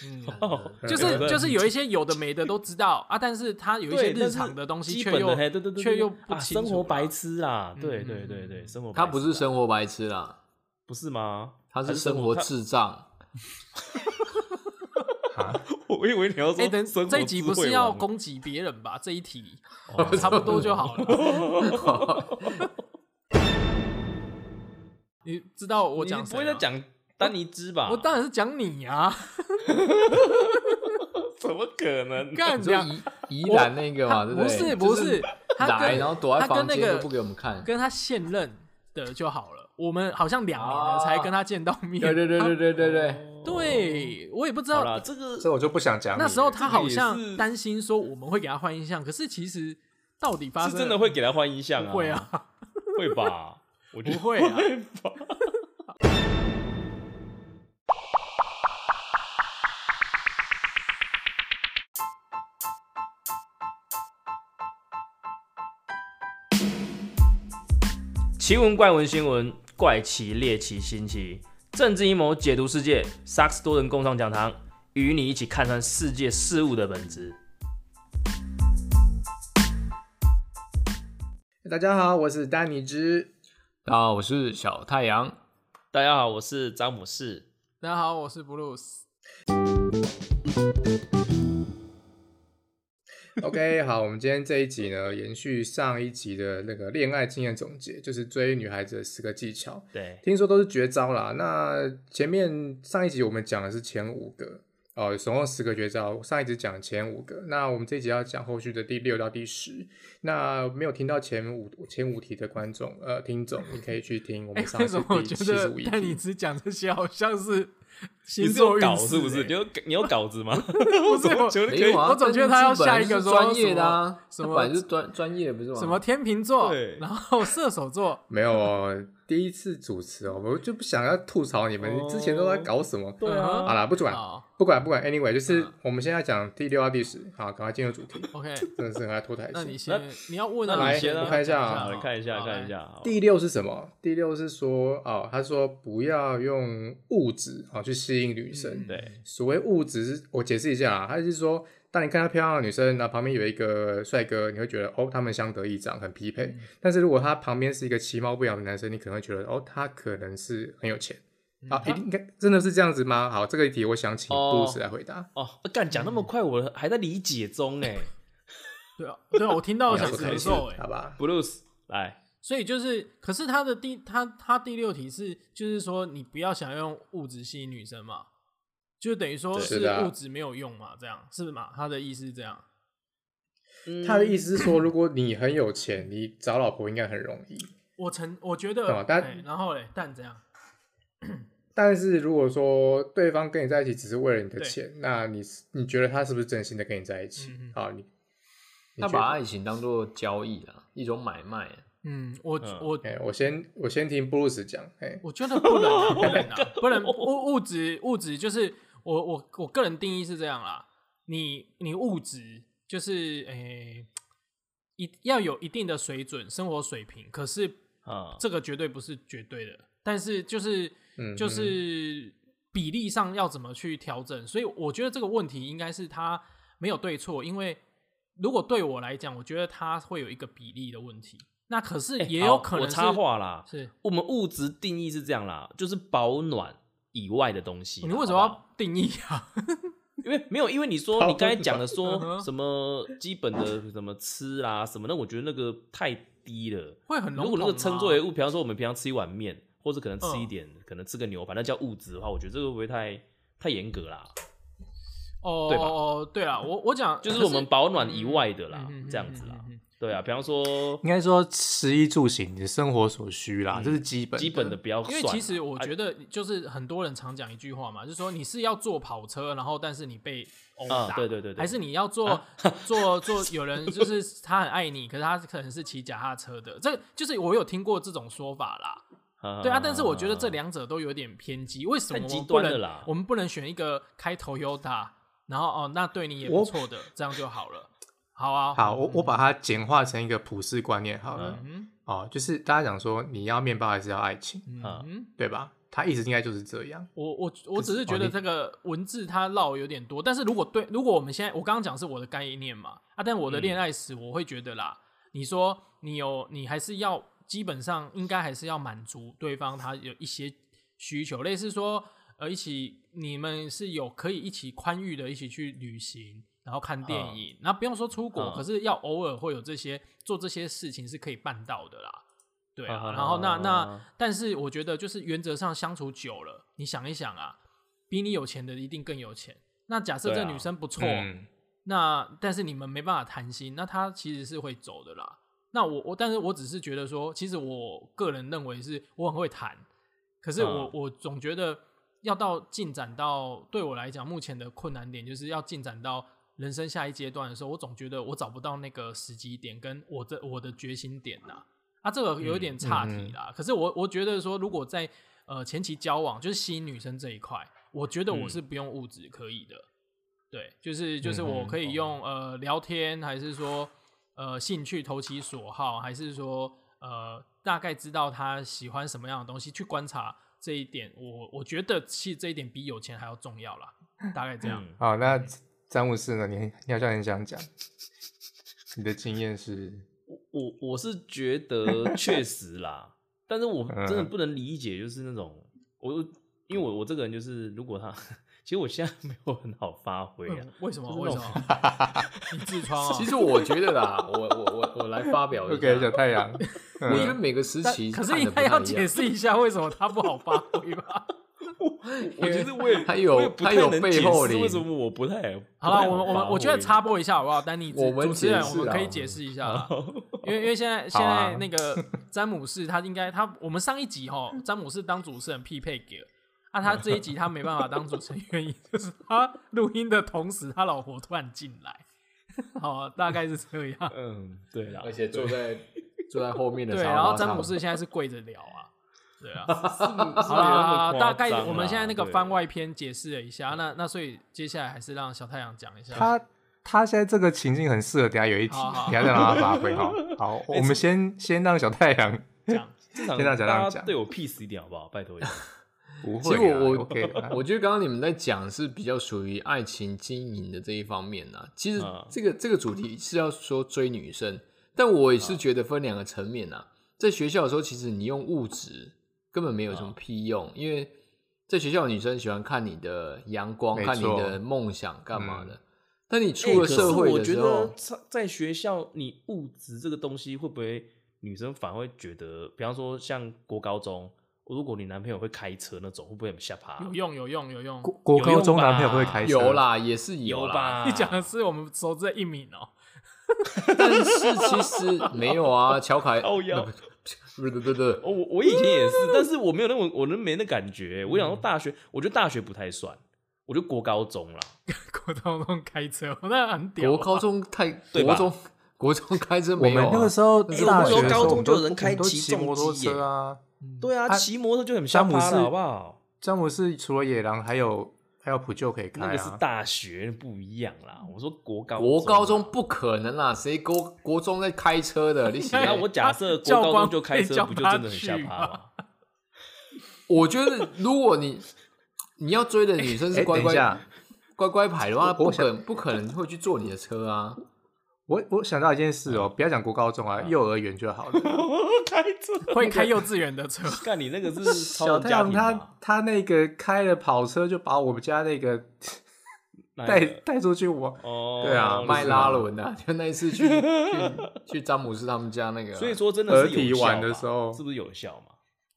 嗯，哦 就是就是有一些有的没的都知道啊，但是他有一些对，日常的东西基却本又哎的嘿对对对，却对又对不啊清楚生活白啦痴啦，对嗯对嗯对对，生活白他痴不是啦生活白痴啦，不是吗？他还是生活他智 障。啊， 我以为你要说，哎、等生活这一集不智慧是要王攻击别人吧？这一题哦 差不多就好了。 你知道我你讲不谁会再吗？讲丹尼兹吧？啊我当然是讲你啊！怎么可能？干你说两宜宜兰那个他嘛，对不对？是就不是是，他来，跟然后躲在他跟房那间个就不给我们看。跟他现任的就好了。我们好像两年了哦才跟他见到面，对对对对对对对，对我也不知好道啦，这个这我就不想讲你了。那时候他好这个也是像担心说我们会给他换印象，可是其实到底发生是真的会给他换音像啊？会，啊， 会吧？我觉得不会啊吧？奇闻怪闻新闻怪奇猎奇新奇政治阴谋解读世界，萨克斯多人共创讲堂，与你一起看穿世界事物的本质。大家好，我是丹尼之。大家好，我是小太阳。大家好，我是詹姆士。大家好，我是 Bruce。 OK，好，我们今天这一集呢，延续上一集的那个恋爱经验总结，就是追女孩子的十个技巧，对，听说都是绝招啦。那前面上一集我们讲的是前五个哦，总共十个绝招，上一集讲前五个，那我们这一集要讲后续的第六到第十。那没有听到前五前五题的观众呃听众，你可以去听我哎、们上为一集什么我第觉七十得五但你题。只讲这些好像 是你星是座有运稿势是不是？欸你有你有稿子吗？不我是怎么我觉得可没以有啊，我总觉得他要下一个说但是专业的啊，什么他本来就是专专业的不是啊吗？什么天秤座对，然后射手座，没有哦，第一次主持哦，我就不想要吐槽你们，你之前都在搞什么？对啊好啦， 不管，哦好不管不管，anyway，就是嗯我们现在讲第六到第十，好，赶快进入主题， ，OK，真的是很爱拖台那你词。先，你要问啊，那你你先啊你我看一下啊讲好，来看一下，好看一来下。好第六是什么？第六是说哦，他说不要用物质啊、哦、去吸引女生。嗯对，所谓物质是，我解释一下啊，他是说，当你看到漂亮的女生，那旁边有一个帅哥，你会觉得哦，他们相得益彰，很匹配。但是如果他旁边是一个其貌不扬的男生，你可能会觉得哦，他可能是很有钱。啊，一定应该真的是这样子吗？好，这个题我想请哦布鲁斯来回答。哦，干讲那么快，我还在理解中 哎。对啊，对啊，我 听到不想要说咳太嗽哎、哦好吧？ Blues 来，所以就是，可是他的第他他第六题是，就是说你不要想用物质吸引女生嘛，就等于说对是是的啊物质没有用嘛，这样是吗？他的意思是这样，他的意思是说，如果你很有钱，你找老婆应该很容易。我承我觉对得，啊但哎然后嘞，但怎样？但是如果说对方跟你在一起只是为了你的对钱，那你是你觉得他是不是真心的跟你在一起？啊嗯嗯好，你你他觉得把爱情当做交易啊，一种买卖。嗯，我、嗯我哎、我先我先听布鲁斯讲，哎、我觉得不能、 啊，不能、啊，不能物物质物质就是我我我个人定义是这样啦，你你物质就是诶、一要有一定的水准生活水平，可是啊，这个绝对不是绝对的，但是就是嗯就是比例上要怎么去调整，所以我觉得这个问题应该是它没有对错，因为如果对我来讲，我觉得它会有一个比例的问题，那可是哎也好有可能我是、插话啦。是。我们物质定义是这样啦，就是保暖以外的东西啦。哦你为什么好不好要定义啊？因为没有，因为你说保你刚才讲的 说暖什么基本的什么吃啦、什么，那我觉得那个太低了。会很笼统吗嗯如果那个称作为物，比方说我们平常吃一碗面，或者可能吃一点，可能吃个牛排，那叫物质的话，我觉得这个会不会太太严格 啦？哦，对吧哦，对啦，我我讲就是我们保暖以外的啦，嗯嗯嗯这样子啦嗯嗯嗯。对啊，比方说应该说食衣住行，你的生活所需啦，这是基本基本的。不要嗯因算为啦，啊其实我觉得得，就是很多人常讲一句话嘛，就是说你是要坐跑车，然后但是你被殴啊打，对对对啊对还是你要坐 坐坐有人 就是他很爱你，可是他可能是骑脚踏车的，这就是我有听过这种说法啦。对啊，但是我觉得这两者都有点偏激，为什么太我极们不端了能啦我们不能选一个开 Toyota，然后哦，那对你也不我错的，这样就好了。好啊，好，我我把它简化成一个普世观念好了。嗯嗯哦，就是大家讲说，你要面包还是要爱情，嗯啊嗯对吧？他意思应该就是这样。我我我只是可是觉哦得你这个文字它绕有点多，但是如果对，如果我们现在我刚刚讲是我的概念嘛，啊，但我的恋爱史我会觉得啦，你说你有，你还是要基本上应该还是要满足对方他有一些需求，类似说呃一起你们是有可以一起宽裕的，一起去旅行，然后看电影，那、不用说出国，嗯可是要偶尔会有这些做这些事情是可以办到的啦。对啊啊哈，然后那那啊，但是我觉得就是原则上相处久了，你想一想啊，比你有钱的一定更有钱。那假设对这啊女生不错，嗯，那但是你们没办法谈心，那她其实是会走的啦。那我我，但是我只是觉得说，其实我个人认为是我很会谈，可是我、嗯我总觉得要到进展到对我来讲目前的困难点，就是要进展到人生下一阶段的时候，我总觉得我找不到那个时机点跟我的我的决心点呐、啊，这个有一点嗯岔题啦。可是我我觉得说，如果在呃前期交往，就是吸引女生这一块，我觉得我嗯是不用物质可以的。对，就是就是嗯我嗯可以用、呃聊天，还是说呃兴趣投其所好，还是说呃大概知道他喜欢什么样的东西，去观察这一点。我我觉得其实这一点比有钱还要重要啦，大概这样。嗯好，那詹姆斯呢？你你好像很想讲，你的经验是，我我是觉得确实 啦，但是我嗯真的不能理解，就是那种我因为我我这个人就是，如果他 其实我现在没有很好发挥啊嗯，为什么？就是为什那种么？ 你痔疮啊、其实我觉得啦， 我我我我来发 表一下。 OK，小太阳，我觉得每个时嗯但期可是看得应不该太要一解样释一下为什么他不好发挥 吧？我觉得我也他有我也不太他有能背解后释灵为什么我不太 好啊了，我们我们我觉 得。不太好发插挥播一下好不好？丹尼，我们主持人解释我们可以啊解释一下啦，因为因为现在现好啊在那个詹姆士他应该他我们上一集哈，詹姆士当主持人匹配给了。啊，嗯他这一集他没办法当主持人，原因就是他录音的同时，他老婆突然进来， 好、大概是这 样。嗯，对啦，而且坐在坐在后面的对，沙发然后詹上姆士现在是跪着聊啊，对 啊，好好啦，大概啊我们现在那个番外篇解释了一下，那那所以接下来还是让小太阳讲一下。他他现在这个情境很适合，等一下有一题，好好等一下再让他发挥哈。好，我们先先让小太阳， 讲，现在先让小亮讲对我 peace 一点好不好？拜托一下。不其会实啊我我，OK 的我觉得刚刚你们在讲是比较属于爱情经营的这一方面啦。其实嗯这个、这个主题是要说追女生，但我也是觉得分两个层面啦。在学校的时候，其实你用物质根本没有什么屁用，因为在学校女生喜欢看你的阳光，没看你错的梦想干嘛嗯的。但欸你出了可是社会我的觉时得候，在在学校，你物质这个东西会不会女生反而会觉得，比方说像国高中，如果你男朋友会开车那种，会不会很吓趴？有用有用有用。国 国高有用中吧男朋友会开车，有，啦，也是有有啦，吧？你讲的是我们熟知的一米哦、 但是其实没有啊， 乔凯，靠腰不是不是不是，哦，我我以前也是，但是我没有那种，我那没那感觉。我想说大学，我觉得大学不太算，我觉得国高中啦，国高中开车，那很屌啊。国高中太对国吧中 国中开车我没有、啊，们那个时候欸大学我们的时高候，中我们就都有人开我们都起骑重摩托机耶车啊。对啊，啊骑摩托车就很吓趴詹姆了，士好不好？詹姆斯除了野狼，还有还有普救可以开那个是啊。大学不一样啦。我说哎国高国高高中啊不可能啦，谁国国中在开车的？你想那哎啊我假设国教高官中就开会车，叫不就他真的很吓去趴吗吗？我觉得如果你你要追的女生是哎，等乖一乖、下，乖乖牌的话，我不我想可不可能会去坐你的车啊？我我想到一件事嗯哦，不要讲国高中啊，幼儿园就好了。 开车， 会开幼稚园的车，看你那个是超小人太家阳庭他吧他那个开了跑车，就把我们家那个哪一带个带出去玩。哎哦，对啊是卖吗拉伦啊， 就那一次去去去詹姆斯他们家那个啊、所以说真的合是体有效玩的嘛时候是不是有效嘛？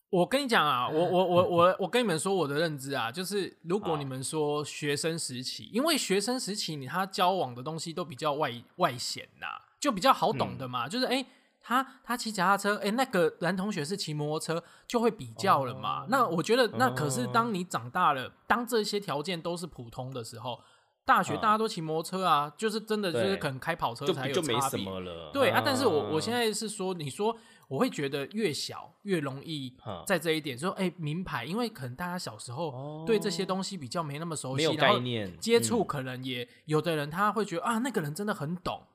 我跟你讲啊，我我我我我跟你们说我的认知啊，就是如果你们说学生时期，因为学生时期你他交往的东西都比较外外显呐、就比较好懂的嘛，就是哎、诶他他骑脚踏车，哎、那个男同学是骑摩托车，就会比较了嘛。那我觉得那可是当你长大了，当这些条件都是普通的时候，大学嗯大家都骑摩托车啊，就是真的就是对可能开跑车就才有就没差什别么了。对啊，但是我我现在在是说，你说我会觉得越小越容易嗯在这一点，说哎、名牌，因为可能大家小时候对这些东西比较没那么熟哦没悉，有然后概念接触嗯可能也、有的人他会觉得啊，那个人真的很懂，嗯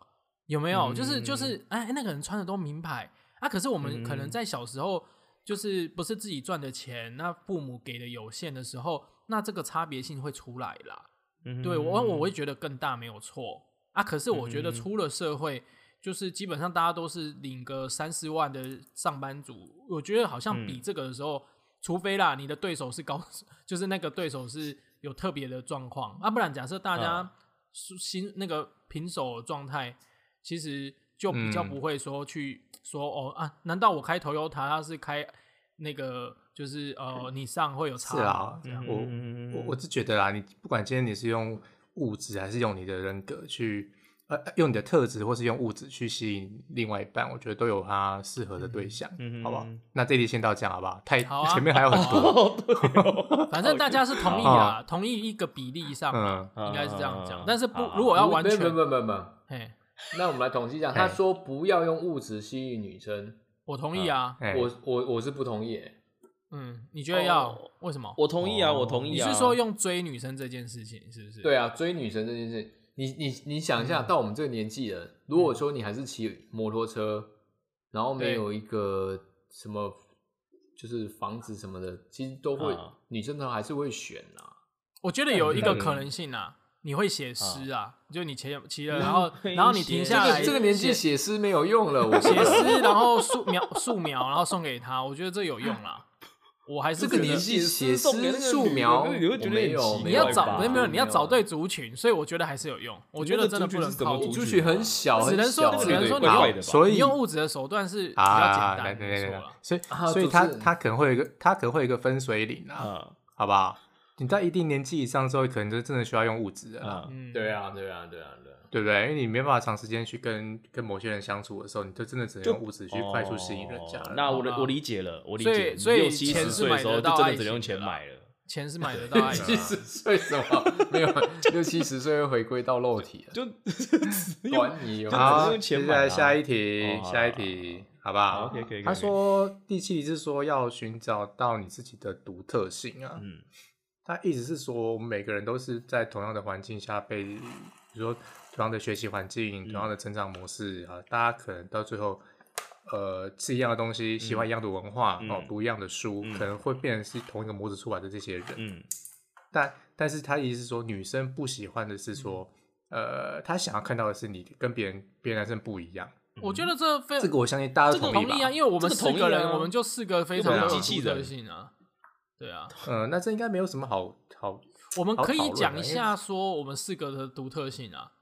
有没有？就是就是哎，那个人穿的都名牌啊，可是我们可能在小时候就是不是自己赚的钱，那父母给的有限的时候，那这个差别性会出来啦。嗯哼对我我会觉得更大没有错啊，可是我觉得嗯哼出了社会，就是基本上大家都是领个三四万的上班族，我觉得好像嗯比这个的时候，除非啦你的对手是 高，就是那个对手是有特别的状况啊，不然假设大嗯家是新那个平手的状态，其实就比较嗯不会说去说哦啊，难道我开 Toyota 它是开那个就是呃你上会有差嗯是吗啊这样？我嗯我我是觉得啦，你不管今天你是用物质还是用你的人格去，呃，用你的特质或是用物质去吸引另外一半，我觉得都有它适合的对象，嗯嗯好不好嗯？那这里先到这样好不好？太、好啊前面还有很 多，哦，对 哦，反正大家是同意啦，同意一个比例上嘛，嗯，应该是这样嗯讲嗯。但是不好好，如果要完不全不，不不不，嘿，那我们来统计一下，哎他说不要用物质吸引女生，我同意啊。嗯哎我我我是不同意欸。嗯，你觉得要哦为什么？ 我同意啊，哦我同你意啊。是说用追女生这件事情是不是？对啊，追女神这件事，你你你想一下，到我们这个年纪了，如果说你还是骑摩托车，然后没对有一个什么就是房子什么的，其实都会、啊女生她还是会选啊。我觉得有一个嗯可能性啊，你会写诗啊，就你骑骑了，嗯然 后会然后你写停这下来个，这个年纪写写诗没有 用了，我觉写得诗，然后素描素描，然后送给他，我觉得这有用啦。我还是这个觉得年纪写诗送给那个女素描，那个你会我觉得没很有，奇没你有要找吧没有没有，你要没找对族群，所以我觉得还是有用。我觉得真的不能那个靠族物群质是族群很小，只能很说小只能欸说你对用怪的吧所你以用物质的手段是比较啊，简来来单，来没来错来啦，所以、啊所以主持他人他可能会有一个他可能会有一个分水岭啊，嗯好不好？你到一定年纪以上之后，可能就真的需要用物质了啦。嗯，嗯，对啊，对啊，对啊，对啊。对不对？因为你没办法长时间去跟跟某些人相处的时候，你就真的只能用物质去快速吸引人家哦了。那我的好吧我理解了，我理所以解。所以六七钱十是岁的买时候得就到真爱的只能用情钱的啦 买了。钱是买得到爱 情七的。啊十岁什么没有？六七十岁会回归到肉体 了，就端你就有没有只啊好，是用钱接买下啦来下一题哦，好下一题，好不好？可以可以。他说第七题是说要寻找到你自己的独特性啊。嗯他意思是说，我们每个人都是在同样的环境下被，比如说同样的学习环境、同嗯样的成长模式啊，大家可能到最后，呃，吃一样的东西，喜欢一样的文化，嗯哦，读一样的书，嗯可能会变成是同一个模子出来的这些人。嗯但但是他意思是说，女生不喜欢的是嗯说，呃，她想要看到的是你跟别人别的男生不一样。我觉得这非这个我相信大家都同同吧？意啊，因为我们这个四同意个人，啊我们就四个非常对啊有机器独特人性啊。对啊，呃，那这应该没有什么好好我们好可以讨论讲啊一因为下说我们四个的独特性啊。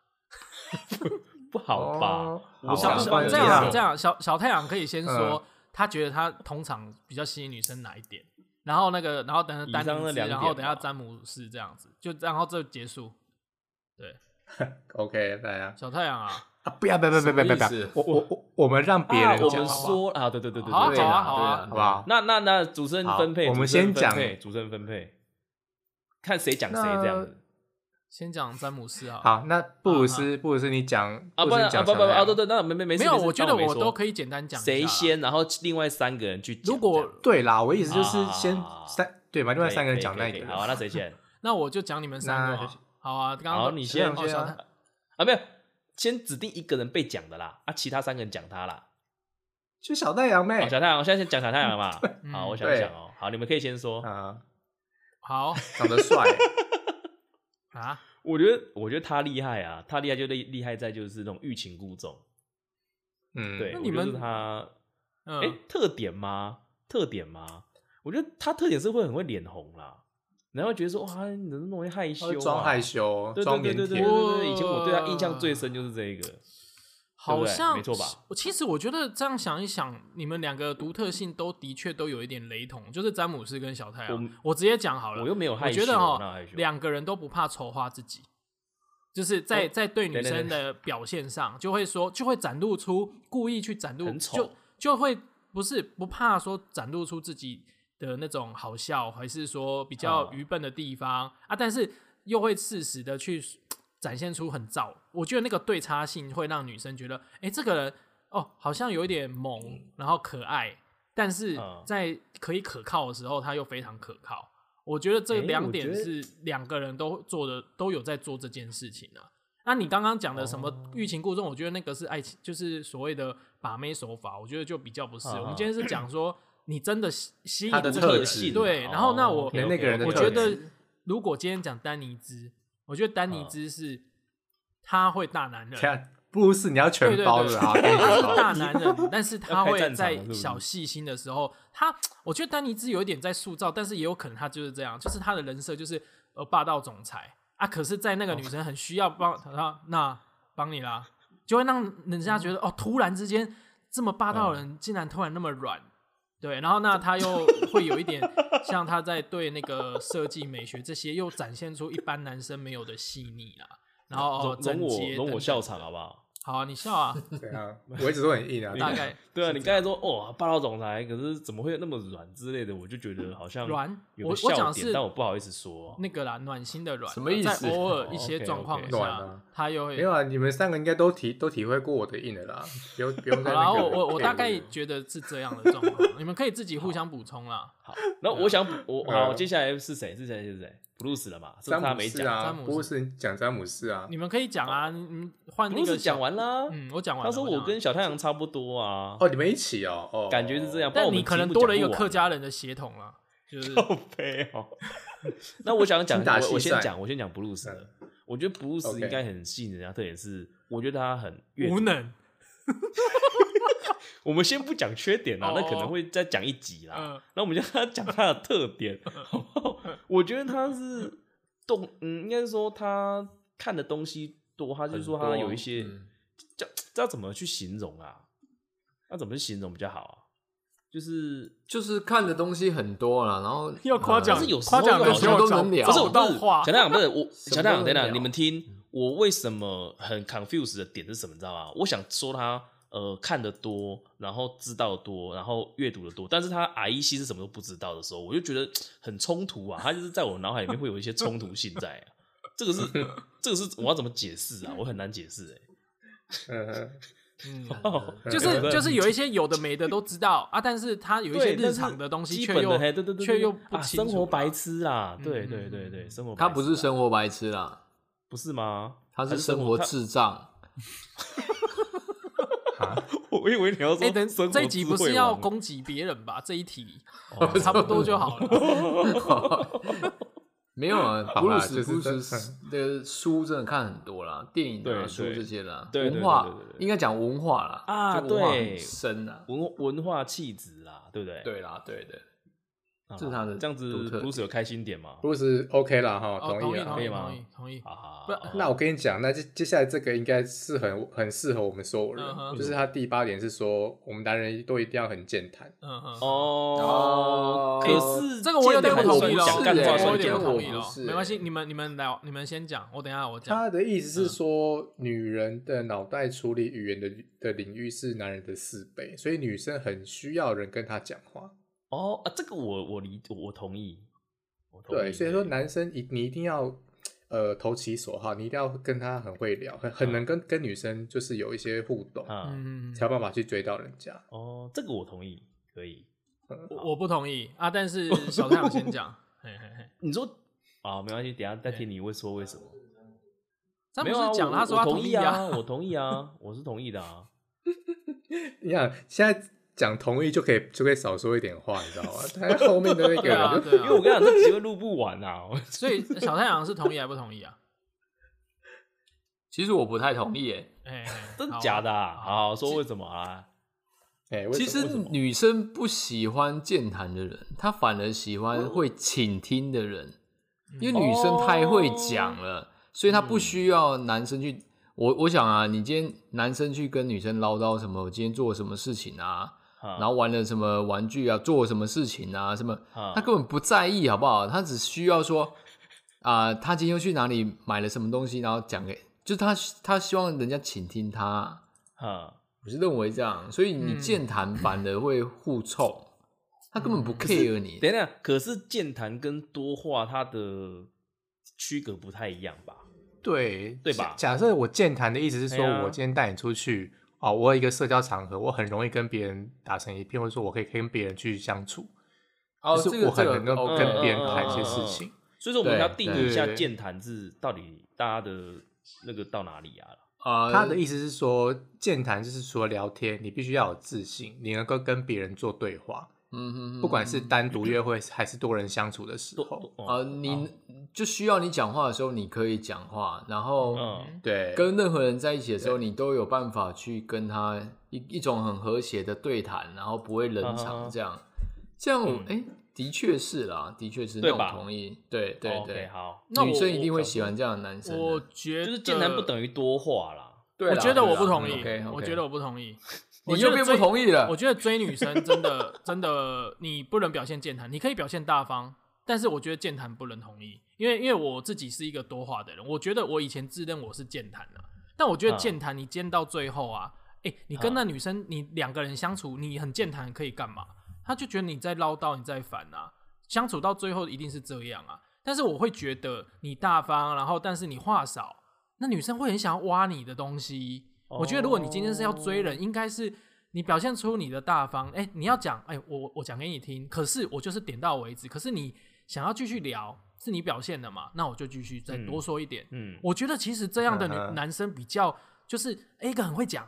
不好吧哦？我好想啊想不然有这一样种啊这样，小小太阳可以先说嗯他觉得他通常比较吸引女生哪一点，然后那个然后等以下上丹尼那斯，两然后点等下吧詹姆斯这样子，就然后这结束。 OK 来啊小太阳啊，啊！不要不要不要不要不什么要不意要思！我我我我们让别人啊我讲们好不好？说啊，对对对对好啊对，对啊，好啊对好不好？那那那主持人好分配，我们主持人先分讲配主持人分配，看谁讲谁这样子先讲詹姆斯啊。好，那布鲁斯布鲁斯你讲啊，布不鲁斯然你啊讲不不小不孩啊，对对，那没没没事没有，事我觉得当没我说都可以简单讲一下谁啦。先，然后另外三个人去讲。如果对啦，我意思就是啊先三对嘛，这另样外三个人讲可那以可以个可以好啊，那谁先？那我就讲你们三个那啊。好啊，刚好，刚你先哦这样先小啊太啊，没有，先指定一个人被讲的啦，啊，其他三个人讲他啦。 就小太阳好，妹小太阳，我现在先讲小太阳 嘛。好，我想哎对想哦，好，你们可以先说。啊，好长得 帅，啊，我觉得，我觉得他厉害啊，他厉害就厉厉害在就是那种欲擒故纵。嗯，对，那我你觉得们是他哎、嗯，特点吗？特点吗？我觉得他特点是会很会脸红啦，然后觉得说哇，你怎么那么容易害羞、啊他会？装害羞，对装对对腼对对对腆，对对，以前我对他印象最深就是这一个。好像没错吧？其实我觉得这样想一想，你们两个独特性都的确都有一点雷同，就是詹姆斯跟小太阳。我直接讲好了，我又没有害我觉羞，得哪有哈害，羞啊两个人都不怕丑化自己，就是在哦在对女对对生对的表现上，就会说就会展露出故意去展露，很丑就就会不是不怕说展露出自己的那种好笑，还是说比较哦愚笨的地方、啊，但是又会适时的去展现出很燥。我觉得那个对差性会让女生觉得，哎、这个人哦，好像有一点萌，然后可爱，但是嗯在可以可靠的时候，他又非常可靠。我觉得这诶两我觉点得是两个人都做的，都有在做这件事情啊。那你刚刚讲的什哦么欲擒故纵，我觉得那个是爱情，就是所谓的把妹手法，我觉得就比较不是。啊我们今天是讲说你真的吸吸引他的这特个质对，然后那我哦，OK，OK，那个人的我特觉质得如果今天讲丹尼兹，我觉得丹啊尼兹是他会大男人，看布鲁斯你要对全对包的对，啊，给他你全是 包大男 人，但是他要开会战场了在是不是小细心的时候，他我觉得丹尼兹有一点在塑造，但是也有可能他就是这样，就是他的人设就是呃霸道总裁啊，可是，在那个哦女生很需要帮 他，那帮你啦，就会让人家觉得嗯哦，突然之间这么霸道的人竟然突然那么软。对，然后那他又会有一 点像他在对那个设计美学这些又展现出一般男生没有的细腻啦，然后哦容容整我洁容等我等笑场好不好？好啊，你笑 啊，对啊，我一直都很硬啊，大概对啊，你刚才说哦，霸道总裁，可是怎么会那么软之类的，我就觉得好像软有我个我笑讲点是嗯但我不好意思说啊。那个啦，暖心的软，什么意思在偶尔一些哦，OK，OK 状况暖下啊，他又没会有。啊，你们三个应该都体都体会过我的硬 的啦，不用不用再好啦，那个。我我我大概觉得是这样的状况，你们可以自己互相补充啦。好，那我想补我 嗯好，接下来是谁？是谁？是谁？布鲁斯了嘛？是不詹是他姆没斯讲，啊，詹姆斯布鲁斯讲詹姆斯啊，你们可以讲啊，你你换布那鲁斯个小讲，完啦。嗯，我讲完他了。说讲我完跟了，小太阳差不多啊，哦，你们一起哦，哦，感觉是这样。。不然我但们你可能题目多了一个讲啊不完客家人的血统啦， 就是靠背哦。 那我想讲，精打我细我先算嗯讲，我先讲布鲁斯的。我觉得布鲁斯 OK 应该很吸引人家，特点是，我觉得他很阅无读。能。我们先不讲缺点啦，那可哦能会再讲一集啦。嗯，那我们就跟他讲他的特点，好不好？我觉得他是动，嗯，应该是说他看的东西多，他就是说他有一些，嗯叫这要怎么去形容啊？要怎么去形容比较好啊？就是就是看的东西很多了，然后呃要夸奖可嗯是有时候夸奖好的像时候都能聊不是我找到不是话小太阳不是我，么小太阳都等能等，聊你们听，我为什么很 confused 的点是什么？你知道吗？我想说他呃看的多，然后知道得多，然后阅读的多，但是他 IEC 是什么都不知道的时候，我就觉得很冲突啊。他就是在我脑海里面会有一些冲突性在、啊，这个是这个是我要怎么解释啊？我很难解释 哎、嗯哼，嗯，哦就是就是有一些有的没的都知道啊，但是他有一些对，日但是常的东西基却本的又嘿对对对对却又对不啊清楚生活白啦痴啊，对嗯对对嗯对，生活白痴他不是啊生活白痴啦，不是吗？他还是是生活他智 障。 我以为你要说，哎、等生活这一集智不慧是要王攻击别人吧？这一 题、哦差不多就 好啊了。没有啊，啦布鲁斯就是布鲁这嗯斯的书真的看很多啦，电影啊、对书对这些啦，对对文化对对对对应该讲文化啦，啊这文化对很深啊，文文化气质啦，对不对？对啦，对的，啊，这是他的这样子独特点，Bruce 有开心点吗？布鲁斯 OK 啦哈，哦，同同意意啊同。可意以吗同意同意。啊，不那我跟你讲，那接接下来这个应该是很很适合我们所有人嗯哼就是他第八点是说，我们男人都一定要很健谈。嗯哼，哦，哦可是呃这个我有点健不谈同算意了，讲干欸我话有算点健不谈同我意不了是。没关系，欸你们你们来，你们先讲，我等一下我讲。他的意思是说，嗯女人的脑袋处理语言的的领域是男人的四倍，所以女生很需要人跟她讲话。哦啊，这个我我理我同意，我同意对，所以说男生一你一定要呃投其所好，你一定要跟他很会聊，很很能跟跟女生就是有一些互动，啊，嗯，才有办法去追到人家。哦，这个我同意，可以。我我不同意啊，但是小太阳先 讲。嘿嘿嘿，你说啊，没关系，等一下再听你会说为什么。詹没姆有啊，斯讲我了，他说他我同意意啊，我同意啊，我是同意的啊。你想现在讲同意就可以就可以少说一点话，你知道 吗？但后面的那对啊个对因为我啊，跟你讲，这集会录不完 啊。我所以小太阳是同意还不同意啊？其实我不太同意诶。哎，嘿真的假的？啊？好好，说为什么啊？哎、为其什么实女生不喜欢健谈的人，她反而喜欢会倾听的人，嗯因为女生太会讲了，所以她不需要男生去。我我想啊，你今天男生去跟女生唠叨什么，我今天做了什么事情啊，然然后玩了什么玩具啊，做了什么事情啊，什么，啊她根本不在意，好不好？她只需要说啊、她今天又去哪里买了什么东西，然后讲给，就是她她希望人家倾听她。啊，我是认为这样，所以你嗯健谈反而会互冲，他根本不 care 你。等一下，可是健谈跟多话它的区隔不太一样吧？对对吧假假设我健谈的意思是说，哎呀啊我今天带你出去哦，我有一个社交场合，我很容易跟别人打成一片，或者说我可以跟别人去相处，哦嗯就这是个我很能这个够 OK 跟别人谈一些事情。所以说我们对要定义一下对健谈是到底大家的那个到哪里啊？啊，他的意思是说，健谈就是除了聊天，你必须要有自信，你能够跟别人做对话，嗯哼哼，不管是单独约会还是多人相处的时候，哦啊、你就需要你讲话的时候，你可以讲话，然后嗯，对，跟任何人在一起的时候，你都有办法去跟他一一种很和谐的对谈，然后不会冷啊场嗯这样。这样我，哎、的确是啦，的确是，对那我吧同意。对对 o k 对，好，哦那我女生一定会喜欢这样的男生的。我觉得啊就是见男不，等于多话啦。对我啦觉得我不同对啦意嗯，，OK，OK 我觉得我不同 意，我你觉又得变追不同意了我。觉得追女生真的真的，你不能表现健谈，你可以表现大方，但是我觉得健谈不能同意，因为因为我自己是一个多话的人，我觉得我以前自认我是健谈的、但我觉得嗯健谈你健到最后啊，哎、你跟那女生你两个人相处，你很健谈可以干嘛？她就觉得你在唠叨，你在烦啊，相处到最后一定是这样啊。但是我会觉得你大方，然后但是你话少，那女生会很想要挖你的东西。我觉得如果你今天是要追哦人，应该是你表现出你的大方，哎、你要讲，哎、我我讲给你听，可是我就是点到为止。可是你想要继续聊，是你表现的嘛？那我就继续再多说一点。嗯，我觉得其实这样的女、嗯哼男生比较就是、哎一个很会讲，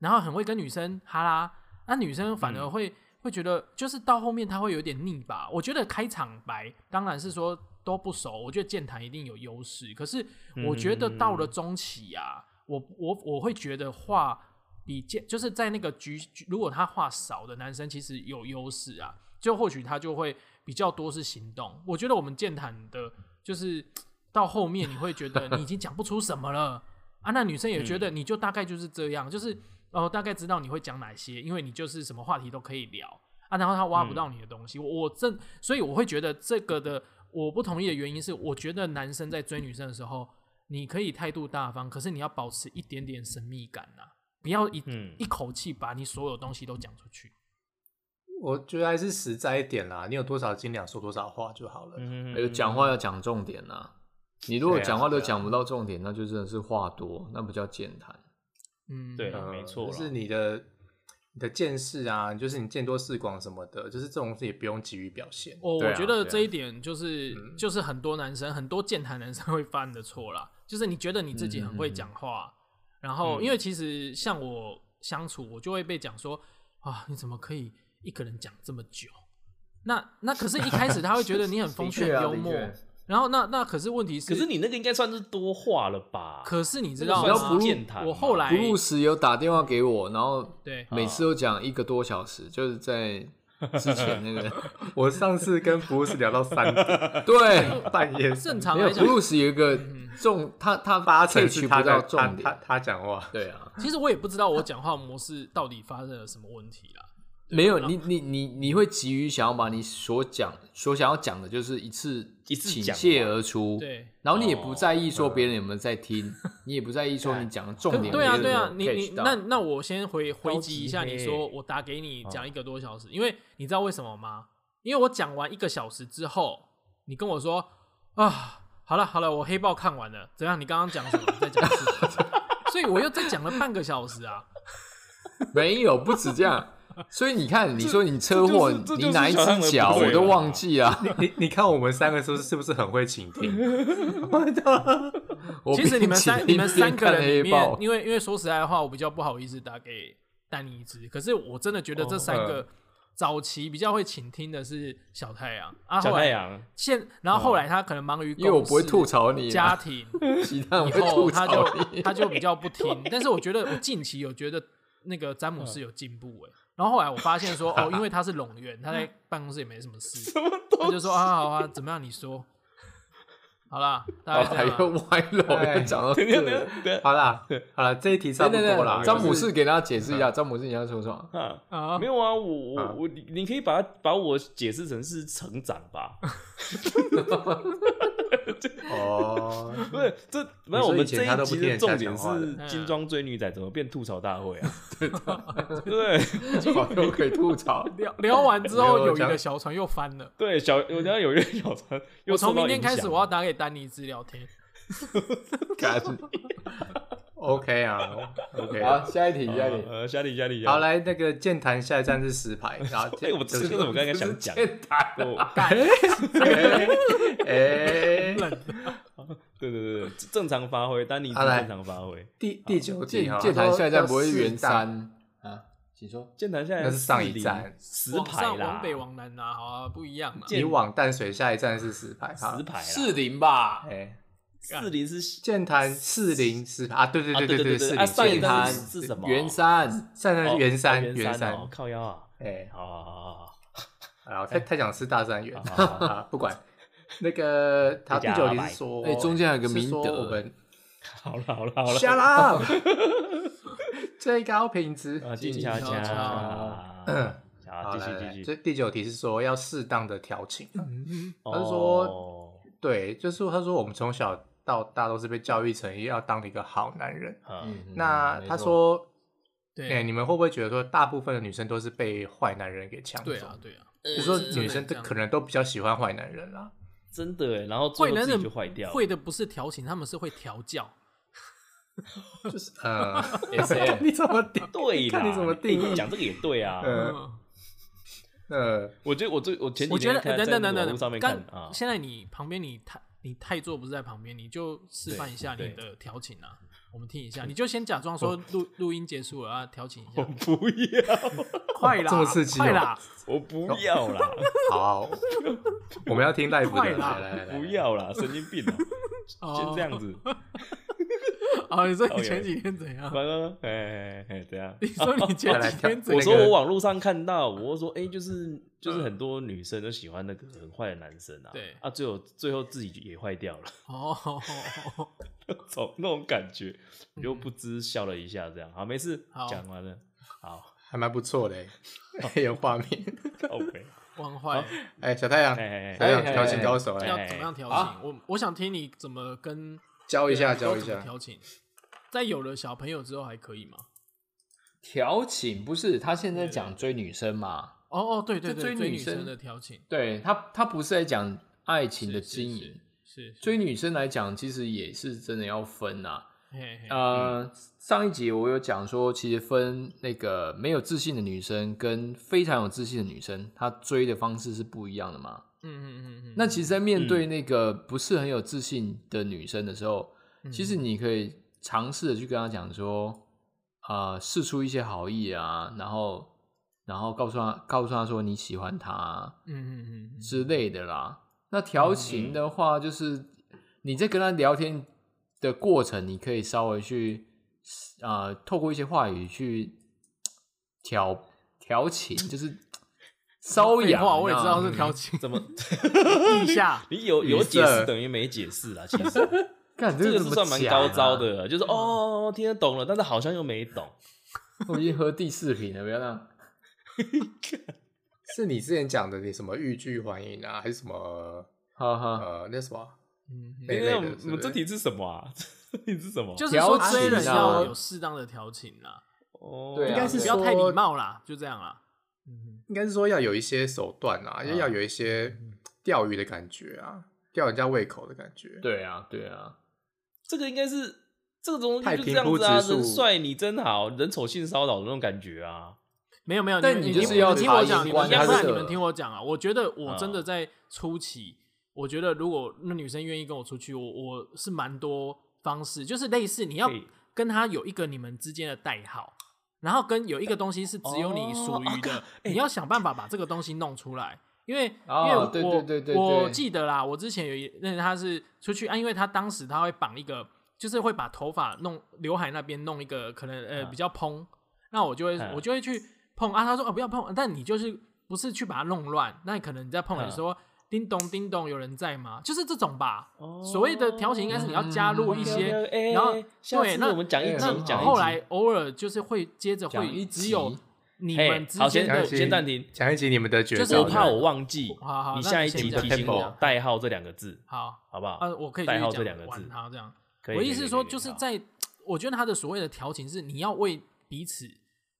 然后很会跟女生哈拉，那女生反而会、会觉得就是到后面她会有点腻吧。我觉得开场白当然是说都不熟，我觉得健谈一定有优势，可是我觉得到了中期啊，我我我会觉得话比健就是在那个局，局如果他话少的男生其实有优势啊，就或许他就会比较多是行动。我觉得我们健谈的，就是到后面你会觉得你已经讲不出什么了啊，那女生也觉得你就大概就是这样，就是哦、呃大概知道你会讲哪些，因为你就是什么话题都可以聊啊，然后他挖嗯不到你的东西。我我这所以我会觉得这个的我不同意的原因是，我觉得男生在追女生的时候，你可以态度大方，可是你要保持一点点神秘感呐、不要一、嗯一口气把你所有东西都讲出去。我觉得还是实在一点啦，你有多少斤两说多少话就好了。嗯还有哎讲话要讲重点呐、你如果对啊讲话都对啊讲不到重点，那就真的是话多，那不叫健谈。嗯，对啊呃没错啦就是你的你的见识啊，就是你见多识广什么的，就是这种事也不用急于表现。哦我对啊我觉得对啊嗯这一点就是、就是很多男生很多健谈男生会犯的错啦，就是你觉得你自己很会嗯讲话，然后因为其实像我相处，我就会被讲说啊，你怎么可以一个人讲这么久？那那可是一开始他会觉得 你很风趣、的确啊很幽默的确，然后那那可是问题是，可是你那个应该算是多话了吧？可是你知那道个算吗是健谈嘛我后来不入时有打电话给我，然后对每次都讲一个多小 时，就是在之前那个我上次跟布鲁斯聊到三点 对，半夜，嗯正常没有来嗯不讲，入时有一个重，他他八萃成取是不他到在重他他点，他讲话，对啊，其实我也不知道我讲话模式到底发生了什么问题啦。没有你你你你会急于想要把你所讲所想要讲的，就是一次一次倾讲泻完而出，对，哦然后你也不在意说别人有没有在听， 你也不在意说你讲的重点对啊，别人对啊有，没你有你 catch 到那那我先回回击一下，高级你黑说我打给你讲嗯一个多小时，因为你知道为什么吗？因为我讲完一个小时之后，你跟我说啊，好了好了，我黑豹看完了，怎样？你刚刚讲什么？你再讲一次。 所以我又再讲了半个小时啊，没有不止这样，所以你看你说你车祸，这就是你哪一小汉的只脚不对我都了忘记啊，你你看我们三个是不是是不是很会倾听？我其实你们并三且你们三个人里一边看黑面，豹因为因为说实在的话，我比较不好意思打给丹尼兹，可是我真的觉得哦这三个嗯早期比较会倾听的是小太阳啊，小后太来阳，现然后后来他可能忙于公嗯因为我不会事吐槽你啊家庭，其他人以会后吐他槽 就你。他就比较不听，但是我觉得我近期有觉得那个詹姆嗯斯有进步哎、然后后来我发现说，哦，因为他是拢员，他在办公室也没什么事，他就说啊，好啊，怎么样？你说，好啦，大概这还样啊、有哎 歪楼，又讲到这等一下个。等一下好啦好啦，这一题差等不等多等，啦。詹姆就是士给大家解释一下，詹姆士你要说什 么？啊啊 没有啊，我我啊我，你你可以把它把我解释成是成长 吧？哦，不是，这没有你说我们以前这他都一不集听的人家重讲点话的是嗯金装追女仔怎么变吐槽大 会啊？对对好，又可以吐槽。 聊聊完之后，没有友谊讲的小船又翻了。对，小我家有一个小船，又我从受到明天影开始，响啊我要打给丹尼治聊天。干 OK 啊 ，OK 好，下一题，下一题。呃，下里下里，好，来那个健谈下一站是石牌，然后 哎，我这个我刚刚想 讲，健谈，啊我哎，对对对对，正常发挥，丹尼是好来正常发挥，第第九题健哈，健谈下一站不会是圆山。山，请说。剑南现在那是上一40站十往排上啦，往北往南啊，好啊，不一 样啊。见你往淡水下一站是石牌，好十排啦，四零吧，哎，四零是剑潭四零石牌啊，对对啊对对对四对零啊上一剑站潭是是什么？圆山，上一站是圆哦山哦圆圆山哦，靠腰啊，哎，好好好好好，然后太太想吃大三元，好 好啊，不管那个他大第家九题拜拜是说，哎中间还有个是明说德我们好了好了好了，下啦， 最高品质啊，静悄悄，啊静悄悄好，继嗯来来续来继续这，第九题是说要适当的调情，他是说哦对，就是他说我们从小到大都是被教育成要当一个好男人。嗯，那没他错说，哎、对你们会不会觉得说，大部分的女生都是被坏男人给抢走？对啊，对啊，呃就说真的女生这都样可能都比较喜欢坏男人啦。真的哎，然后最坏后男自人己就坏掉了，会的不是调情，他们是会调教。就是，呃， S M 你怎么 定？对啦，看你怎么定义哎讲这个也对啊，呃嗯，呃，我觉得我最我前几我觉天得看哎等等等在等网络上等，面看刚啊，现在你旁边你太你太座不是在旁边，你就示范一下你的调情啊，我们听一下，你就先假装说录录音结束了啊，调情一我下，不要， 快啦，这么刺激哦快啦，我不要啦， 好，我们要听 live 快的，啦来来来，来不，要啦，神经病啊，哦先这 样子，啊，你说哦你前几天怎样？ 乖乖乖，哎哎哎，怎样？你说 你前几天怎我样？说我网络上看到，我说 哎、就是就是很多女生都喜欢那个很坏的男生啊，对啊，最后最后自己也坏掉了， 哦， 从那种感觉，我就不知笑了一下，这样嗯好，没事好，讲完了，好，还蛮不错的欸， 有画面。 OK，忘坏了，哎，小太阳，哎哎小太阳哎哎调情高手，哎哎，要怎么样调情？我我想听你怎么跟教一下，对啊你教一都怎么下。调情。在有了小朋友之后还可以吗？调情不是他现在讲追女生嘛？哦哦，对对就对，追追女生生的调情对他，他不是在讲爱情的经营。是是追女生来讲，其实也是真的要分呐、嘿嘿呃，上一集我有讲说，其实分那个没有自信的女生跟非常有自信的女生，她追的方式是不一样的嘛。嗯嗯嗯嗯，那其实，在面对那个不是很有自信的女生的时候，嗯其实你可以尝试的去跟她讲说，呃，试出一些好意啊，然后，然后告诉她，告诉她说你喜欢她啊、嗯嗯嗯之类的啦。那调情的话，就是你在跟他聊天的过程，你可以稍微去啊、呃透过一些话语去调调情， 就是瘙废痒啊。话我也知道是调情，怎么一下 你有有解释等于没解释啊啦，其 实干，这个是怎么算蛮讲高啊招。的，就是哦听得懂了，但是好像又没懂，我已经喝第四瓶了，不要让。是你之前讲的，你什么欲拒还迎啊，还是什么哈哈，呃那什么啊嗯嗯那一因类为我的？们是我们不是这题是什么啊？ 这题是什么？ 就是说调情啊追人要有适当的调情啦，哦，对啊应该是不要太说礼貌啦，就这样啦。嗯，应该是说要有一些手段啊，要有一些钓鱼的感觉啊，吊人家胃口的感觉。，对啊，对啊，这个应该是这个东西太就这平样铺子啊，直述人帅你真好，人丑性骚扰的那种感觉啊。没有没有，但你你们就是你们要听察我言讲，你观们要不然色你们听我讲啊。我觉得我真嗯的啊在初期，我觉得如果那女生愿意跟我出去，我我是蛮多方式，就是类似你要可以跟她有一个你们之间的代号，然后跟有一个东西是只有你属于 的，你要想办法把这个东西弄出来。因为、哎哦因为我对对对对我对记得啦，我之前有一认识他是出去啊，因为他当时他会绑一个，就是会把头发弄刘海那边弄一个可能啊呃比较蓬，那我就会、嗯我就会去碰啊。他说哦不要碰，但你就是不是去把它弄乱，那你可能你在碰你嗯啊说、叮咚叮咚有人在吗？就是这种吧。哦所谓的调情应该是你要加入嗯一些，哎然后下对次那我们讲一那集，很好讲一集后来偶尔就是会接着讲会一只有集你嘿们之好间先讲的一集先暂停，讲一集你们的绝就是招。我怕我忘记好好，你那下一先集讲提醒先我讲代号这两个字，好好不好？啊，我可以继代号续这讲两个字玩，他这样。可以我可以意思可是以说，可以就是好在我觉得他的所谓的调情是你要为彼此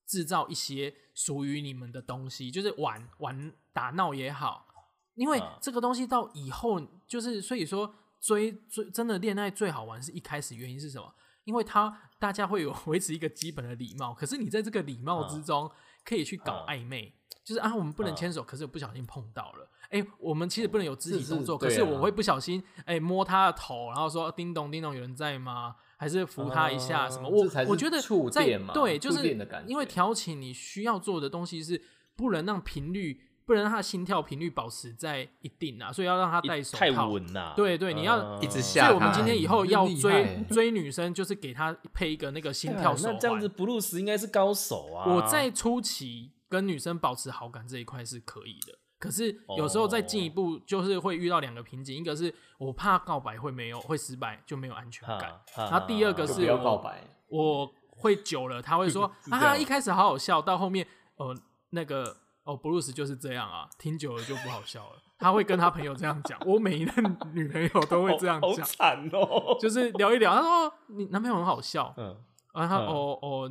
制造一些属于你们的东西，就是玩玩打闹也好，因为啊这个东西到以后就是所以说追追真的恋爱最好玩是一开始原因是什么？因为他大家会有 维持一个基本的礼貌，可是你在这个礼貌嗯之中可以去搞啊暧昧，就是啊我们不能啊牵手，可是我不小心碰到了，哎，我们其实不能有肢体是是动作，可对是啊我会不小心哎、摸他的头，然后说叮咚叮咚有人在吗？还是扶他一下哦什么。这才我是我觉得触在电嘛对，就触是电的感觉因为调情你需要做的东西是不能让频率，不能让他心跳频率保持在一定啊，所以要让他戴手套。太稳啦、对对你要嗯一直所下以我们今天以后要厉害追欸追女生，就是给她配一个那个心跳手啊那环。这样子，布鲁斯应该是高手啊。我在初期跟女生保持好感这一块是可以的，可是哦有时候再进一步，就是会遇到两个瓶颈，一个是我怕告白会没有会失败，就没有安全感哈；哈然后第二个就是不要我告白，我会久了，他会 说是这样啊，一开始好好笑，到后面呃那个哦布鲁斯就是这样啊，听久了就不好笑了。他会跟他朋友这样 讲，我每一任女朋友都会这样好讲，惨 哦。就是聊一聊，他说哦你男朋友很好笑，嗯，然后他嗯哦哦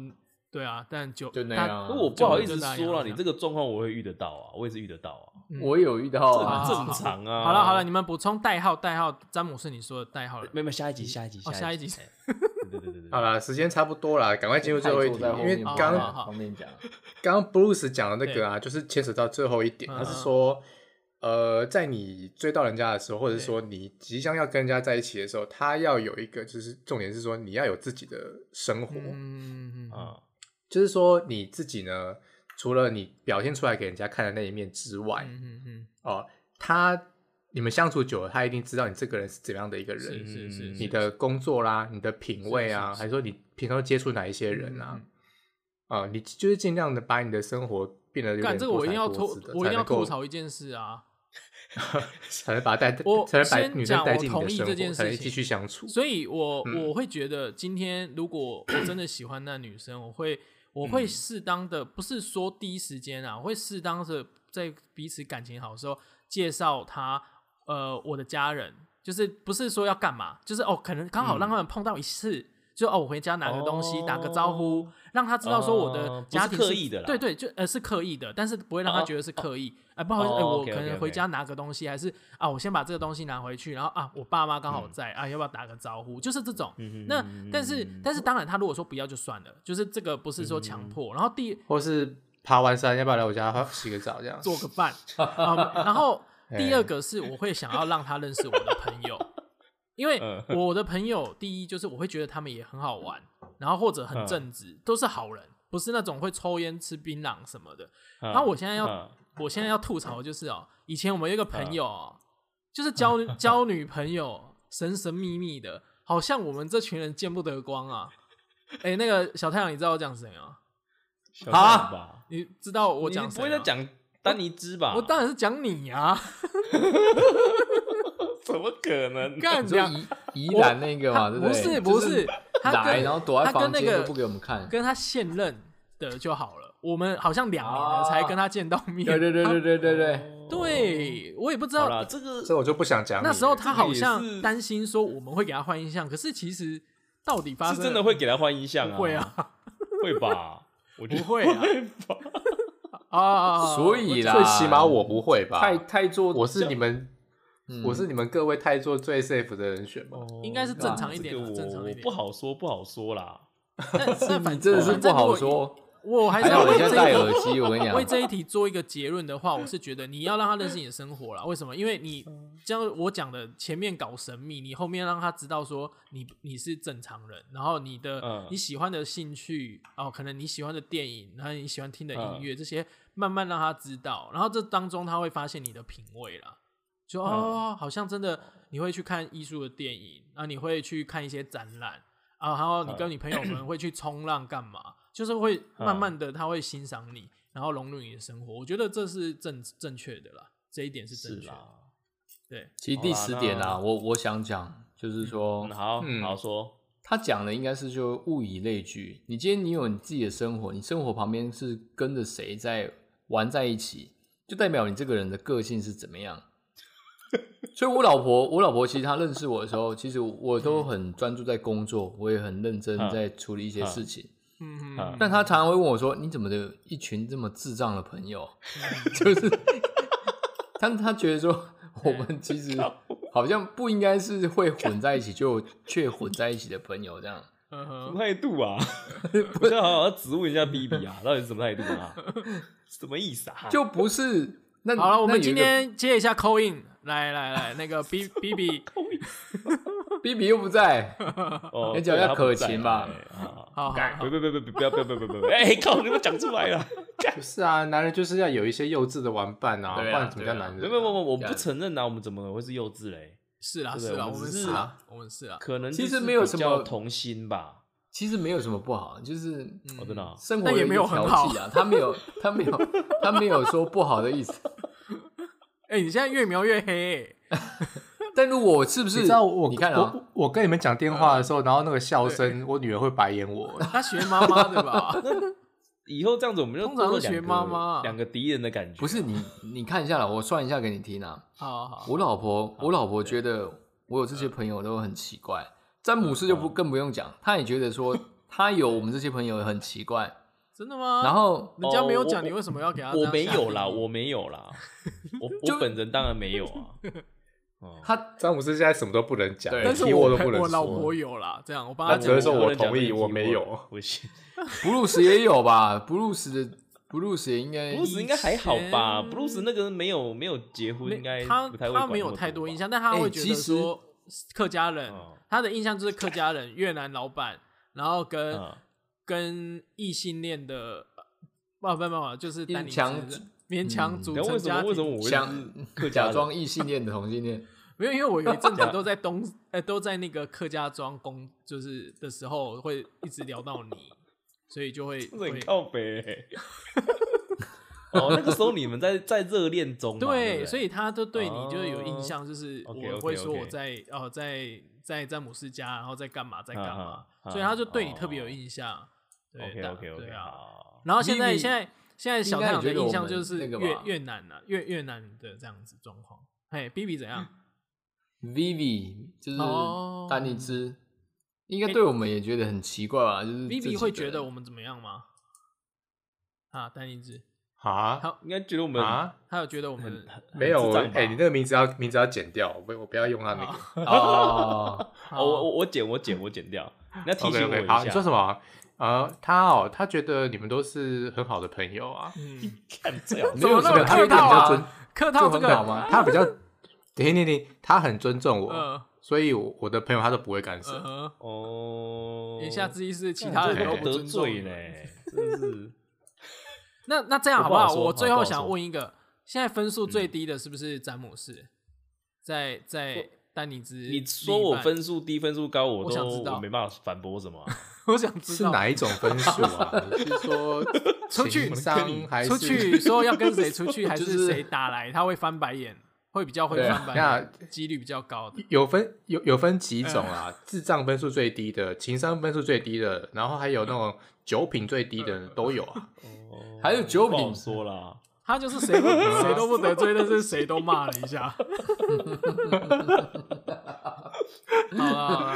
对啊，但久就那但样啊那我不好意思就那样说这了，样你这个状况我会遇得到啊，我也是遇得到啊，嗯我有遇到好啊好，这好很正常啊。好了好了，，你们补充代号代号，詹姆斯你说的代号了。没有没有，下一集下一集哦下下一集哎 对对对对对，好啦，时间差不多啦，赶快进入最后一题，因为面刚好好好方便讲，刚刚 Bruce 讲的那个啊，就是牵扯到最后一点，嗯他是说，呃，在你追到人家的时候，或者是说你即将要跟人家在一起的时候，他要有一个，就是重点是说你要有自己的生活，嗯，啊，就是说你自己呢，除了你表现出来给人家看的那一面之外，嗯嗯嗯，哦、他你们相处久了，他一定知道你这个人是怎样的一个是人，是是，嗯是你的工作啦，你的品味啊，是是是还是说你平常接触哪一些人啊，嗯嗯啊、你就是尽量的把你的生活变得有干点这个我多一定要才吐多姿的，，我一才定要能够吐，槽一件事啊。才能把她带，我才能把先女讲生带我进你同的意生这件活，才能事情继续相处。所以我嗯我会觉得，今天如果我真的喜欢那女生，我会我嗯会适当的，不是说第一时间啊，我会适当的在彼此感情好的时候介绍她，呃，我的家人，就是不是说要干嘛，就是哦，可能刚嗯好让他们碰到一次。就哦，我回家拿个东西，哦打个招呼，让他知道说我的哦家不庭是刻意的啦对对，就呃是刻意的，但是不会让他哦觉得是刻意。哎，不好意思，哦哎，我 OK，OK，可能 OK 回家拿个东西，还是啊，我先把这个东西拿回去，然后啊，我爸妈刚嗯好在、啊，要不要打个招呼？就是这种。那但是但是当然，他如果说不要就算了，就是这个不是嗯说强迫。然后第或是爬完山，要不要来我家洗个澡这样？做个 伴，啊然后哎第二个是我会想要让他认识我的朋友，因为嗯我的朋友第一就是我会觉得他们也很好玩，然后或者嗯很正直，都是好人，不是那种会抽烟吃槟榔什么的。然然后我现在要嗯我现在要吐槽的就是哦，以前我们有一个嗯朋友、哦，就是交交女朋友，神神秘秘的，好像我们这群人见不得光啊。哎、那个小太阳，你知道我讲谁啊？小啊蛋吧，你知道我讲你谁不吗？会再讲丹尼兹吧？我当然是讲你啊！怎么可能？干你两说宜宜兰那个他嘛，对不对？是不，就是他来跟然后躲在他房跟那间个都不给我们看，跟他现任的就好了。我们好像两年了啊才跟他见到面，对对对对对对对，对我也不知好道啦，这个这我就不想讲你了。那时候他好这个也像是担心说我们会给他换印象，可是其实到底发生是真的了会给他换音像啊？不会，啊？会吧？我觉得不会啊吧？ 啊啊，啊所以啦，最起码我不会吧？太太做我是你们，啊嗯我是你们各位太做最 safe 的人选吧。 应该是正常一点哦这啊个正常我一我点不好说，不好说啦。但但反 你真的是不好。说。我还是还要好我为现这在戴一耳机，我跟你讲 为，这一题做一个结论的话，我是觉得你要让他认识你的生活啦。为什么？因为你这样我讲的前面搞神秘，你后面让他知道说你你是正常人，然后你的、嗯你喜欢的兴趣哦，可能你喜欢的电影，然后你喜欢听的音嗯乐、这些，慢慢让他知道，然后这当中他会发现你的品味啦。就哦，嗯好像真的你会去看艺术的电影，啊，你会去看一些展览啊，然后你跟你朋友们会去冲浪干嘛？就是会慢慢的他会欣赏你，然后融入你的生活。我觉得这是正正确的啦，这一点是正是确的。啦，对，其实第十点好啊，啦我我想讲，就是说嗯，好嗯好说，他讲的应该是就物以类聚。你今天你有你自己的生活，你生活旁边是跟着谁在玩在一起，就代表你这个人的个性是怎么 样。所以，我老婆，我老婆其实她认识我的时候，其实我都很专注在工作，我也很认真嗯在处理一些事情。嗯嗯嗯但她常常会问我说：“你怎么的一群这么智障的朋友？”嗯 就是，但她觉 得说我们其实好像不应该是会混在一起，就却混在一起的朋友 这样。嗯什哼么态度啊？不要好好质问一下 B B 啊，到底是什么态度啊？什么意思啊？就不是。那好了，我那们有一今个天接一下 call in，来来来，那个 B B B，比比又不在，哦，你讲对要他不可在勤啊吧对好好好好干好不不不不不不要不要不要不要不要！哎，靠，你们讲出来了。不是啊，男人就是要有一些幼稚的玩伴啊，不对啊然怎么叫男人？没有没有没有，我不干承认啊，我们怎么可能会是幼稚嘞？是啦对是啦，我我们们只是是啦，我们是啦，可能其就实是没有比什较么童心吧。其实没有什么不好，就是我真的啊，生活嗯但也没有很好的一个调剂啊，他没 有他没有他没有说不好的意思。哎，你现在越描越黑欸，但如果我是不你是知道我你看啊，我我跟你们讲电话的时候，然后那个笑声，我女儿会白眼 我。他学妈妈的吧？以后这样子我们就通常多了都两学个妈妈两个敌人的感觉。不是你你看一下了，我算一下给你听啊。好好好，嗯我老婆，我老婆觉得我有这些朋友都很奇怪。詹姆斯就不更不用讲，他也觉 得说他有我们这些朋友很奇怪。真的吗？然后人家没有哦讲，我你为什么要给他？我没有啦，我没有啦，我我本人当然没有啊。哦他詹姆斯现在什么都不能讲，对但是提我都朋不能我说。老婆有啦，这样我帮那他只会说不我能讲同意这个我题没目有不行，布鲁斯也有吧？布鲁斯的布鲁斯也应该布鲁斯应该还好吧？以前布鲁斯那个没有没有结婚，应该没他不太会他管没那有么太多吧印象，但他哎会觉其得实说客家人哦，他的印象就是客家人、越南老板，然后跟嗯跟异性恋的，呃不不不不，就是单勉宁强之勉强组 等嗯下成家为什么为什么庭。我会想是客家假人装异性恋的同性恋。没有，因为我有一阵 子都在东，呃，都在那个客家庄工，就是的时候会一直聊到你，所以就会 这很会靠北欸、 哦，那个时候你们在在热恋中嘛，对啊不对，对，所以他都对你就有哦印象，就是我 OK，OK，OK 会说我在哦，在在詹姆斯家，然后在干嘛，在干嘛，啊所以他就对你特别有印象。对 OK OK 对 OK 啊。好，然后现在 Vivi，现在现在小太阳的印象就应该是也觉得我们那个越吧越南啊，越越南的这样子状况。嘿，B B 怎样？ Vivi 就是哦丹尼兹，应该对我们也觉得很奇怪吧？就是 B 这几 B 个会觉得我们怎么样吗？啊，丹尼兹，啊应该觉得我们啊，他有觉得我们没有嗯智障吧哎，你那个名字要名字要剪掉，我不我不要用他那个。 哦，哦，我我我剪我嗯剪我剪掉，你要提 OK 醒我 OK，一好，你说下，什么？啊，他哦，他觉得你们都是很好的朋友啊。嗯， 看这样，没有怎什么那么么客缺点套比较尊啊？客套就这很个好，吗？他比较，停停停，他很尊重我，呃，所以我我的朋友他都不会干涉嗯。哼哦，言下之意是其他人这都个不得尊重罪你们嘞，真的是。那那这样好我不好？好说我最后想我不好说问一个，现在分数最低的是不是詹姆士？在在丹尼兹，你说我，分数低，分数高，我我想都知道我没办法反驳什 么啊。我想知是道哪一种分数啊？你是说出去情商还是出去说要跟谁出去，还就是是谁打来，他会翻白眼，会比较会对啊翻白眼，那几率比较高的。有分有有分几种啊？智障分数最低的，情商分数最低的，然后还有那种酒品最低的都有啊。 哦还有酒不好品说啦，他就是谁都谁都不得罪，但是谁都骂了一下。好了好了，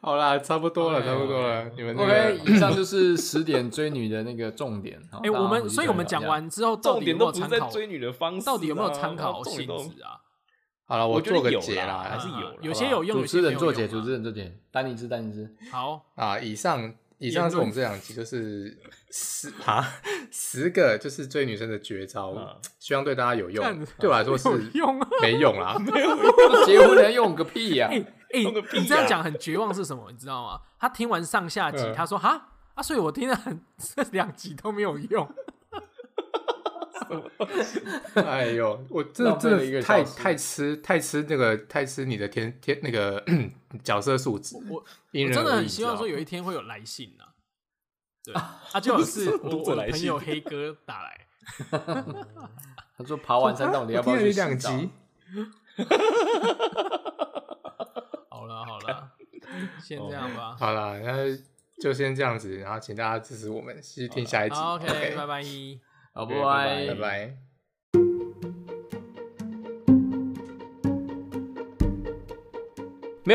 好啦，差不多了， OK，差不多了。你们那 OK，个以上就是十点追女的那个重点。好哎，大家我回们去所以看我们一下讲完之后， 到重底有点没都有不是参在考？追女的方式啊，到底有没有参考 重性点都质啊？好了，我觉得做个有结啦啦，还是啊有啦有些有用，主有些持没人有做用解，啊主持人做解，丹尼兹，丹 尼兹，好，啊，以上以上是我们这两集，就是十啊十个就是追女生的绝招啊，希望对大家有用干。对我来说是有用啊！没用啦， 结婚还用个屁呀哎、！哎、用个屁呀你这样讲很绝望是什么？你知道吗？他听完上下集，嗯他说哈啊，所以我听了很 这两集都没有用。哎呦，我真的浪费真了一的个太小时太吃太吃那个太吃你的天天那个 角色素质，我因我人真的而异很希望说有一天会有来信 啊。对啊，就是我读者我的来朋信友黑哥打来，他说爬完山到底要不要我听去了两洗澡集？好了好 了，先这样吧。好了，那就先这样子，然后请大家支持我们，继续听下一集。 好 OK， ，OK，拜拜。好，拜 OK，拜拜拜。没